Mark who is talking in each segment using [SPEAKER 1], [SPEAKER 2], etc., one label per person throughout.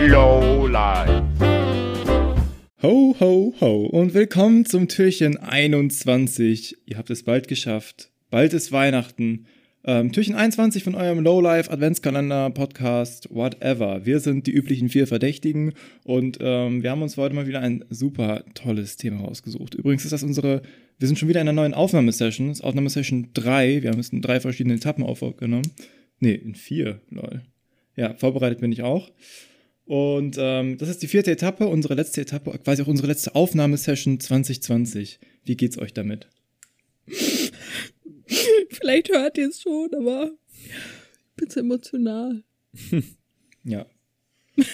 [SPEAKER 1] Lowlife.
[SPEAKER 2] Ho, ho, ho und willkommen zum Türchen 21. Ihr habt es bald geschafft. Bald ist Weihnachten. Ähm, Türchen 21 von eurem Lowlife Adventskalender Podcast, whatever. Wir sind die üblichen vier Verdächtigen und ähm, wir haben uns heute mal wieder ein super tolles Thema rausgesucht. Übrigens ist das unsere, wir sind schon wieder in einer neuen Aufnahmesession, das ist Aufnahmesession 3. Wir haben es in drei verschiedenen Etappen aufgenommen. Nee, in vier, lol. Ja, vorbereitet bin ich auch. Und ähm, das ist die vierte Etappe, unsere letzte Etappe, quasi auch unsere letzte Aufnahmesession 2020. Wie geht's euch damit?
[SPEAKER 3] Vielleicht hört ihr es schon, aber ich bin so emotional.
[SPEAKER 2] Ja. Das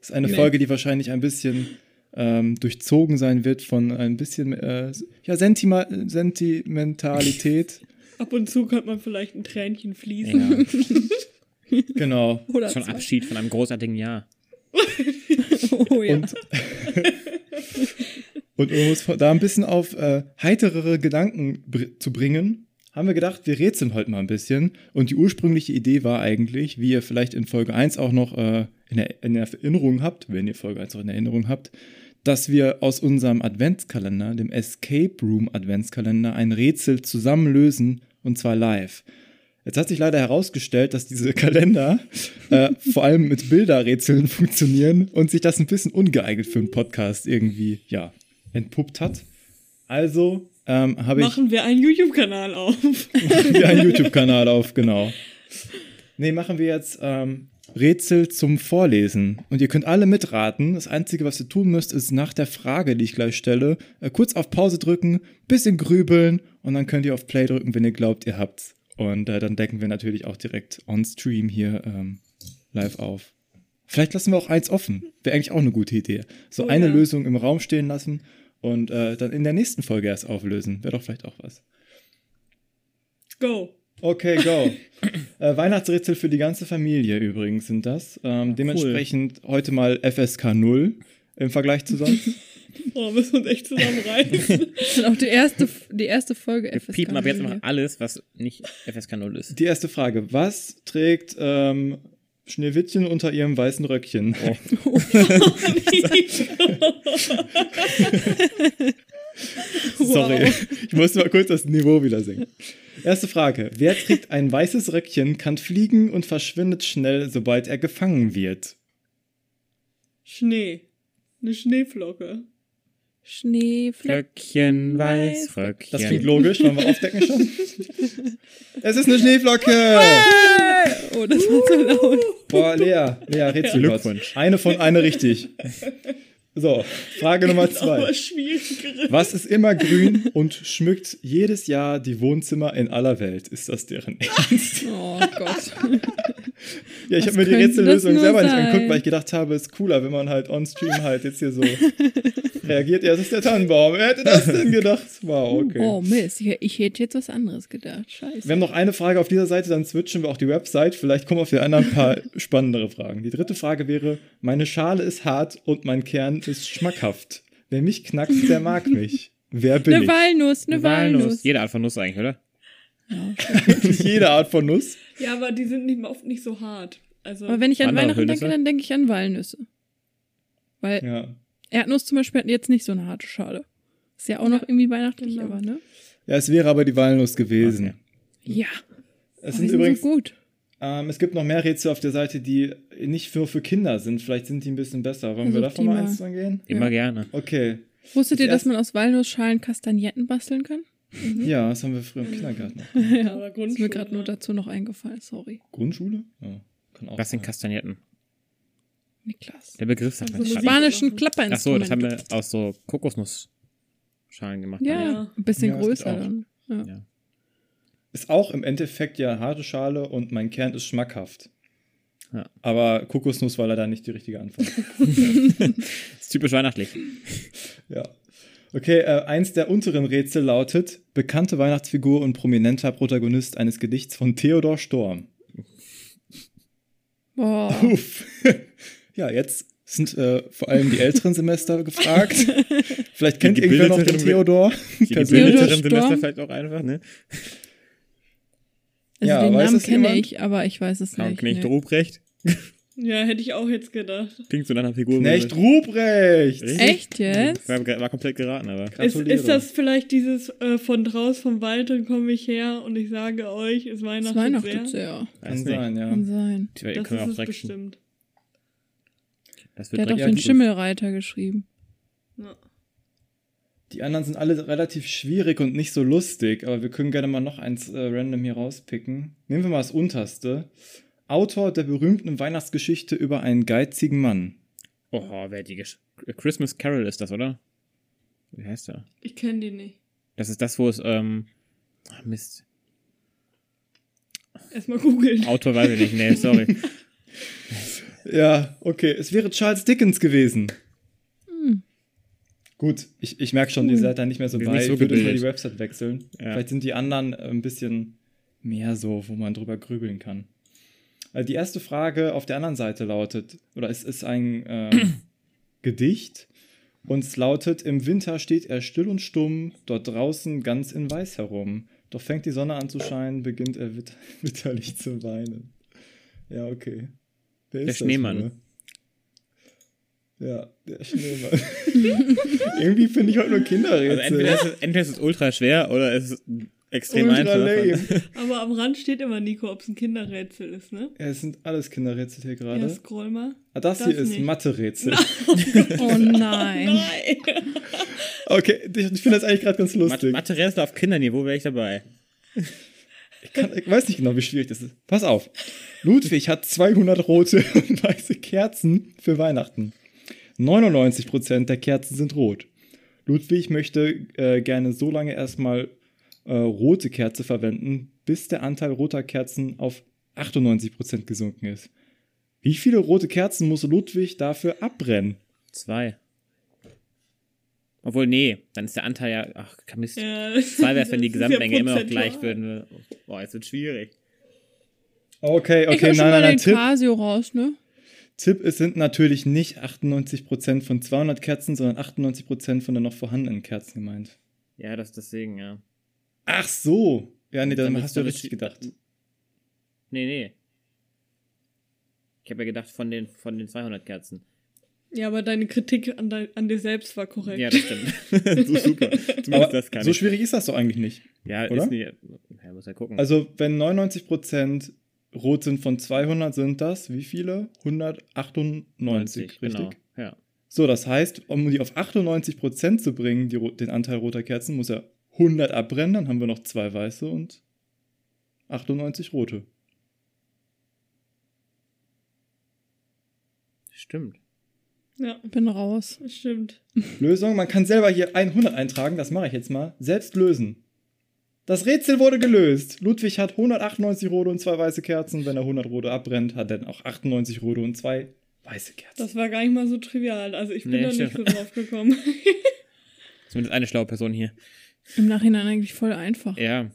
[SPEAKER 2] ist eine Folge, die wahrscheinlich ein bisschen ähm, durchzogen sein wird von ein bisschen äh, ja, Sentima Sentimentalität.
[SPEAKER 4] Ab und zu könnte man vielleicht ein Tränchen fließen.
[SPEAKER 5] Ja,
[SPEAKER 2] genau.
[SPEAKER 3] Oder
[SPEAKER 5] schon
[SPEAKER 3] zwei.
[SPEAKER 5] Abschied von einem großartigen Jahr.
[SPEAKER 3] Oh ja.
[SPEAKER 2] Und, und um uns da ein bisschen auf äh, heiterere Gedanken br zu bringen, haben wir gedacht, wir rätseln heute mal ein bisschen. Und die ursprüngliche Idee war eigentlich, wie ihr vielleicht in Folge 1 auch noch äh, in, der, in der Erinnerung habt, wenn ihr Folge 1 auch in Erinnerung habt, dass wir aus unserem Adventskalender, dem Escape Room Adventskalender, ein Rätsel zusammen lösen und zwar live. Jetzt hat sich leider herausgestellt, dass diese Kalender äh, vor allem mit Bilderrätseln funktionieren und sich das ein bisschen ungeeignet für einen Podcast irgendwie, ja, entpuppt hat. Also ähm, habe ich
[SPEAKER 4] Machen wir einen YouTube-Kanal auf.
[SPEAKER 2] wir einen YouTube-Kanal auf, genau. Nee, machen wir jetzt ähm, Rätsel zum Vorlesen. Und ihr könnt alle mitraten. Das Einzige, was ihr tun müsst, ist nach der Frage, die ich gleich stelle, äh, kurz auf Pause drücken, bisschen grübeln und dann könnt ihr auf Play drücken, wenn ihr glaubt, ihr habt's. Und äh, dann decken wir natürlich auch direkt on Stream hier ähm, live auf. Vielleicht lassen wir auch eins offen. Wäre eigentlich auch eine gute Idee. So
[SPEAKER 4] Oh
[SPEAKER 2] eine
[SPEAKER 4] ja.
[SPEAKER 2] Lösung im Raum stehen lassen und äh, dann in der nächsten Folge erst auflösen. Wäre doch vielleicht auch was.
[SPEAKER 4] Go.
[SPEAKER 2] Okay, go. äh, Weihnachtsrätsel für die ganze Familie übrigens sind das. Ähm, Dementsprechend heute mal FSK 0 im Vergleich zu sonst.
[SPEAKER 4] Oh, müssen wir uns echt zusammenreißen.
[SPEAKER 3] Das ist auch die erste, die erste Folge
[SPEAKER 5] Wir
[SPEAKER 3] FSK.
[SPEAKER 5] piepen ab jetzt
[SPEAKER 3] Null.
[SPEAKER 5] immer alles, was nicht FSK 0 ist.
[SPEAKER 2] Die erste Frage. Was trägt ähm, Schneewittchen unter ihrem weißen Röckchen? Sorry, ich muss mal kurz das Niveau wieder senken. Erste Frage. Wer trägt ein weißes Röckchen, kann fliegen und verschwindet schnell, sobald er gefangen wird?
[SPEAKER 4] Schnee. Eine Schneeflocke.
[SPEAKER 3] Schneefleck.
[SPEAKER 5] Flöckchen
[SPEAKER 3] weiß,
[SPEAKER 5] Röckchen.
[SPEAKER 2] Das klingt logisch, wollen wir aufdecken schon? es ist eine Schneeflocke!
[SPEAKER 3] Oh, das war so laut.
[SPEAKER 2] Boah, Lea, Lea, Rätselgott.
[SPEAKER 5] Glückwunsch.
[SPEAKER 2] Eine von eine richtig. So, Frage Nummer
[SPEAKER 3] Genau.
[SPEAKER 4] Ist aber
[SPEAKER 2] zwei.
[SPEAKER 4] schwierigere.
[SPEAKER 2] Was ist immer grün und schmückt jedes Jahr die Wohnzimmer in aller Welt? Ist das deren Ernst?
[SPEAKER 3] Oh Gott.
[SPEAKER 2] Ja, ich
[SPEAKER 3] Was
[SPEAKER 2] habe mir die
[SPEAKER 3] könnte das
[SPEAKER 2] Rätsellösung
[SPEAKER 3] nur
[SPEAKER 2] selber nicht
[SPEAKER 3] sein?
[SPEAKER 2] angeguckt, weil ich gedacht habe, ist cooler, wenn man halt on stream halt jetzt hier so reagiert. Ja, es ist der Tannenbaum. Wer hätte das denn gedacht? Wow, okay.
[SPEAKER 3] Oh Mist, ich, ich hätte jetzt was anderes gedacht. Scheiße.
[SPEAKER 2] Wir haben noch eine Frage auf dieser Seite, dann switchen wir auch die Website. Vielleicht kommen auf der anderen ein paar spannendere Fragen. Die dritte Frage wäre: Meine Schale ist hart und mein Kern ist schmackhaft. Wer mich knackt, der mag mich. Wer bin
[SPEAKER 3] eine Walnuss, eine Walnuss.
[SPEAKER 5] Jede Art von Nuss eigentlich, oder?
[SPEAKER 2] ich? Jede Art von Nuss.
[SPEAKER 4] Ja, aber die sind nicht, oft nicht so hart. Also,
[SPEAKER 3] Aber wenn ich an
[SPEAKER 5] Andere
[SPEAKER 3] Weihnachten denke,
[SPEAKER 5] Hülnüsse?
[SPEAKER 3] dann denke ich an Walnüsse. Weil
[SPEAKER 2] Ja.
[SPEAKER 3] Erdnuss zum Beispiel hat jetzt nicht so eine harte Schale. Ist ja auch noch irgendwie weihnachtlich,
[SPEAKER 4] genau.
[SPEAKER 3] aber ne?
[SPEAKER 2] ja, es wäre aber die Walnuss gewesen.
[SPEAKER 5] Okay.
[SPEAKER 3] Ja.
[SPEAKER 2] Hm. Es
[SPEAKER 3] die
[SPEAKER 2] sind übrigens,
[SPEAKER 3] so gut.
[SPEAKER 2] ähm, es gibt noch mehr Rätsel auf der Seite, die nicht nur für Kinder sind. Vielleicht sind die ein bisschen besser. Wollen wir
[SPEAKER 3] Versuch
[SPEAKER 2] davon
[SPEAKER 3] die
[SPEAKER 2] mal
[SPEAKER 3] mal.
[SPEAKER 2] eins angehen?
[SPEAKER 5] Immer
[SPEAKER 3] Ja.
[SPEAKER 5] gerne.
[SPEAKER 2] Okay.
[SPEAKER 3] Wusstet
[SPEAKER 2] Das
[SPEAKER 3] ihr, dass
[SPEAKER 2] erste-
[SPEAKER 3] man aus Walnussschalen Kastagnetten basteln kann?
[SPEAKER 2] Ja, das haben wir früher im Kindergarten. noch.
[SPEAKER 3] ja,
[SPEAKER 4] aber
[SPEAKER 3] ist mir gerade nur
[SPEAKER 4] Grundschule.
[SPEAKER 3] dazu noch eingefallen, sorry.
[SPEAKER 2] Grundschule? Ja, kann auch
[SPEAKER 5] Was sind
[SPEAKER 2] sein.
[SPEAKER 5] Kastagnetten?
[SPEAKER 3] Niklas.
[SPEAKER 5] Der Begriff sagt
[SPEAKER 4] Also
[SPEAKER 5] mir
[SPEAKER 4] Musik-
[SPEAKER 5] gerade.
[SPEAKER 3] Spanischen Klapperinstrument.
[SPEAKER 5] Ach so, das haben wir aus so Kokosnussschalen gemacht.
[SPEAKER 3] Ja,
[SPEAKER 4] Ja.
[SPEAKER 3] ein bisschen
[SPEAKER 2] Ja, das
[SPEAKER 3] größer
[SPEAKER 2] geht auch.
[SPEAKER 3] dann. Ja.
[SPEAKER 5] Ja.
[SPEAKER 2] Ist auch im Endeffekt ja harte Schale und mein Kern ist schmackhaft.
[SPEAKER 5] Ja.
[SPEAKER 2] Aber Kokosnuss war leider nicht die richtige Antwort.
[SPEAKER 5] Ist typisch weihnachtlich.
[SPEAKER 2] ja. Okay, äh, eins der unteren Rätsel lautet: bekannte Weihnachtsfigur und prominenter Protagonist eines Gedichts von Theodor Storm.
[SPEAKER 3] Boah. also
[SPEAKER 2] Uff. ja, jetzt sind äh, vor allem die älteren Semester gefragt. Vielleicht kennt
[SPEAKER 5] Die
[SPEAKER 2] irgendwer noch den
[SPEAKER 5] gebildeteren-
[SPEAKER 2] Theodor.
[SPEAKER 5] Die
[SPEAKER 2] Persönlich.
[SPEAKER 3] gebildeteren-
[SPEAKER 5] gebildeteren Semester
[SPEAKER 3] Storm.
[SPEAKER 5] vielleicht auch einfach, ne?
[SPEAKER 3] Also
[SPEAKER 2] Ja,
[SPEAKER 3] den
[SPEAKER 2] weiß
[SPEAKER 3] Namen
[SPEAKER 2] das
[SPEAKER 3] kenne
[SPEAKER 2] jemand?
[SPEAKER 3] ich, aber ich weiß es
[SPEAKER 5] Frau
[SPEAKER 3] nicht.
[SPEAKER 5] Knecht
[SPEAKER 3] Nee.
[SPEAKER 5] Ruprecht.
[SPEAKER 4] Ja, hätte ich auch jetzt gedacht.
[SPEAKER 5] Klingt so in einer Figur.
[SPEAKER 2] Knecht Ruprecht!
[SPEAKER 5] Richtig?
[SPEAKER 3] Echt jetzt?
[SPEAKER 5] War, war komplett geraten, aber.
[SPEAKER 4] Ist,
[SPEAKER 2] Gratuliere.
[SPEAKER 4] ist das vielleicht dieses äh, von draus vom Walde komme ich her und ich sage euch, es
[SPEAKER 3] Das
[SPEAKER 4] Weihnachten,
[SPEAKER 3] Weihnachten
[SPEAKER 4] sehr.
[SPEAKER 3] sehr.
[SPEAKER 2] Kann sein, ja.
[SPEAKER 3] Kann sein.
[SPEAKER 5] Das
[SPEAKER 4] Das
[SPEAKER 5] können wir auch
[SPEAKER 4] ist es
[SPEAKER 5] direkt,
[SPEAKER 4] bestimmt.
[SPEAKER 5] Das
[SPEAKER 3] Der
[SPEAKER 5] wird
[SPEAKER 3] hat auch
[SPEAKER 5] direkt
[SPEAKER 3] den
[SPEAKER 5] gut.
[SPEAKER 3] Schimmelreiter geschrieben.
[SPEAKER 4] Ja.
[SPEAKER 2] Die anderen sind alle relativ schwierig und nicht so lustig, aber wir können gerne mal noch eins äh, random hier rauspicken. Nehmen wir mal das unterste. Autor der berühmten Weihnachtsgeschichte über einen geizigen Mann.
[SPEAKER 4] Hm.
[SPEAKER 5] Oh, wer hat die gesch Christmas Carol ist das, oder? Wie heißt der?
[SPEAKER 4] Ich kenne die nicht.
[SPEAKER 5] Das ist das, wo es, ähm, ah, Mist.
[SPEAKER 4] Erstmal googeln.
[SPEAKER 5] Autor weiß ich nicht, nee, sorry.
[SPEAKER 2] Ja, okay. Es wäre Charles Dickens gewesen. Gut, ich, ich merke schon, ihr seid da nicht mehr so
[SPEAKER 5] Wir
[SPEAKER 2] bei.
[SPEAKER 5] sind nicht so
[SPEAKER 2] ich würde jetzt mal die
[SPEAKER 5] gebildet.
[SPEAKER 2] Website wechseln.
[SPEAKER 5] Ja.
[SPEAKER 2] Vielleicht sind die anderen äh, ein bisschen mehr so, wo man drüber grübeln kann. Also die erste Frage auf der anderen Seite lautet, oder es ist ein ähm, Gedicht und es lautet, im Winter steht er still und stumm, dort draußen ganz in Weiß herum. Doch fängt die Sonne an zu scheinen, beginnt er wit bitterlich zu weinen. Ja, okay. Wer
[SPEAKER 5] Der
[SPEAKER 2] ist das
[SPEAKER 5] Schneemann.
[SPEAKER 2] wohl? Ja, der Schneemann. Irgendwie finde ich heute nur Kinderrätsel.
[SPEAKER 5] Also entweder ist, es, entweder ist es ultra schwer oder es ist extrem
[SPEAKER 2] Ultra
[SPEAKER 5] einfach.
[SPEAKER 2] lame.
[SPEAKER 4] Aber am Rand steht immer Nico, ob es ein Kinderrätsel ist, ne?
[SPEAKER 2] Ja, es sind alles Kinderrätsel hier gerade.
[SPEAKER 4] Ja, scroll mal.
[SPEAKER 2] ah, das,
[SPEAKER 4] das
[SPEAKER 2] hier ist
[SPEAKER 4] nicht.
[SPEAKER 2] Mathe-Rätsel.
[SPEAKER 3] Oh nein.
[SPEAKER 4] Nein.
[SPEAKER 2] Okay, ich, ich finde das eigentlich gerade ganz
[SPEAKER 5] Mat-
[SPEAKER 2] lustig.
[SPEAKER 5] Mathe Rätsel auf Kinderniveau wäre ich dabei.
[SPEAKER 2] Ich, kann, ich weiß nicht genau, wie schwierig das ist. Pass auf. Ludwig hat 200 rote und weiße Kerzen für Weihnachten. 99% der Kerzen sind rot. Ludwig möchte äh, gerne so lange erstmal äh, rote Kerze verwenden, bis der Anteil roter Kerzen auf 98% gesunken ist. Wie viele rote Kerzen muss Ludwig dafür abbrennen?
[SPEAKER 5] Zwei. Obwohl, nee, dann ist der Anteil ja, ach, Mist.
[SPEAKER 4] Ja,
[SPEAKER 5] Zwei wäre, wenn die
[SPEAKER 4] das ist ja
[SPEAKER 5] Gesamtmenge immer noch gleich
[SPEAKER 4] prozentual.
[SPEAKER 5] würden. Boah, jetzt wird schwierig.
[SPEAKER 2] Okay,
[SPEAKER 3] ich hol
[SPEAKER 2] okay,
[SPEAKER 3] schon
[SPEAKER 2] nein,
[SPEAKER 3] mal
[SPEAKER 2] nein, nein.
[SPEAKER 3] den
[SPEAKER 2] Tipp,
[SPEAKER 3] Casio raus, ne?
[SPEAKER 2] Tipp, es sind natürlich nicht 98% von 200 Kerzen, sondern 98% von den noch vorhandenen Kerzen gemeint.
[SPEAKER 5] Ja, das deswegen, ja.
[SPEAKER 2] Ach so. Ja, nee, dann
[SPEAKER 5] Damit
[SPEAKER 2] hast du
[SPEAKER 5] du
[SPEAKER 2] richtig
[SPEAKER 5] richtig-
[SPEAKER 2] gedacht.
[SPEAKER 5] Nee, nee. Ich habe ja gedacht von den, von den 200 Kerzen.
[SPEAKER 4] Ja, aber deine Kritik an, dein, an dir selbst war korrekt.
[SPEAKER 5] Ja, das stimmt. so super.
[SPEAKER 2] Aber
[SPEAKER 5] Zumindest das kann
[SPEAKER 2] so
[SPEAKER 5] ich.
[SPEAKER 2] schwierig ist das doch eigentlich nicht.
[SPEAKER 5] Ja,
[SPEAKER 2] oder?
[SPEAKER 5] ist nicht, ja, muss ja gucken.
[SPEAKER 2] Also, wenn 99% rot sind von 200, sind das wie viele? 198, richtig?
[SPEAKER 5] genau. Ja.
[SPEAKER 2] So, das heißt, um die auf 98% zu bringen, die, ro- den Anteil roter Kerzen, muss er 100 abbrennen, dann haben wir noch zwei weiße und 98 rote.
[SPEAKER 5] Stimmt.
[SPEAKER 4] ja
[SPEAKER 3] Bin raus.
[SPEAKER 4] das stimmt.
[SPEAKER 2] Lösung, man kann selber hier 100 eintragen, das mache ich jetzt mal. Selbst lösen. Das Rätsel wurde gelöst. Ludwig hat 198 rote und zwei weiße Kerzen. Wenn er 100 rote abbrennt, hat er dann auch 98 rote und zwei weiße Kerzen.
[SPEAKER 4] Das war gar nicht mal so trivial. Also ich bin
[SPEAKER 5] Nee,
[SPEAKER 4] da nicht so
[SPEAKER 5] stimmt.
[SPEAKER 4] drauf gekommen.
[SPEAKER 5] Zumindest eine schlaue Person hier.
[SPEAKER 3] Im Nachhinein eigentlich voll einfach.
[SPEAKER 5] Ja.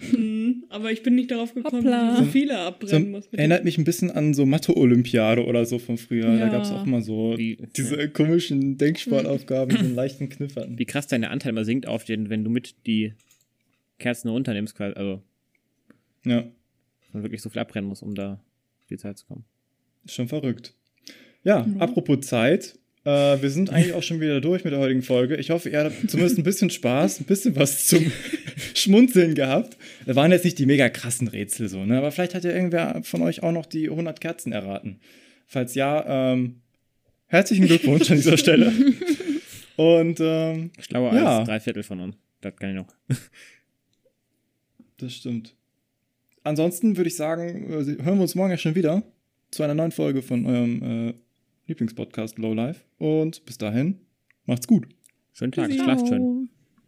[SPEAKER 4] Mhm, aber ich bin nicht darauf gekommen,
[SPEAKER 3] Hoppla.
[SPEAKER 4] wie so viele abbrennen
[SPEAKER 2] so,
[SPEAKER 4] muss. mit
[SPEAKER 2] erinnert mich ein bisschen an so Mathe-Olympiade oder so von früher. Da
[SPEAKER 3] Ja.
[SPEAKER 2] gab es auch immer so
[SPEAKER 5] Wie-
[SPEAKER 2] diese komischen Denksportaufgaben, so einen leichten Kniffern.
[SPEAKER 5] Wie krass dein Anteil immer sinkt auf den, wenn du mit die Kerzen runternimmst, quasi. Also,
[SPEAKER 2] Ja,
[SPEAKER 5] dass man wirklich so viel abbrennen muss, um da auf die Zeit zu kommen.
[SPEAKER 2] ist schon verrückt. Ja, apropos Zeit. Äh, wir sind eigentlich auch schon wieder durch mit der heutigen Folge. Ich hoffe, ihr habt zumindest ein bisschen Spaß, ein bisschen was zum Schmunzeln gehabt. Das waren jetzt nicht die mega krassen Rätsel so, ne? Aber vielleicht hat ja irgendwer von euch auch noch die 100 Kerzen erraten. Falls ja, ähm, herzlichen Glückwunsch an dieser Stelle. Und ähm,
[SPEAKER 5] Schlauer
[SPEAKER 2] Ja.
[SPEAKER 5] als drei Viertel von uns. Das kann ich noch.
[SPEAKER 2] das stimmt. Ansonsten würde ich sagen, äh, hören wir uns morgen ja schon wieder zu einer neuen Folge von eurem äh, Lieblingspodcast Low Life. Und bis dahin, macht's gut.
[SPEAKER 5] Schönen Tag,
[SPEAKER 3] Ciao.
[SPEAKER 5] schlaft schön.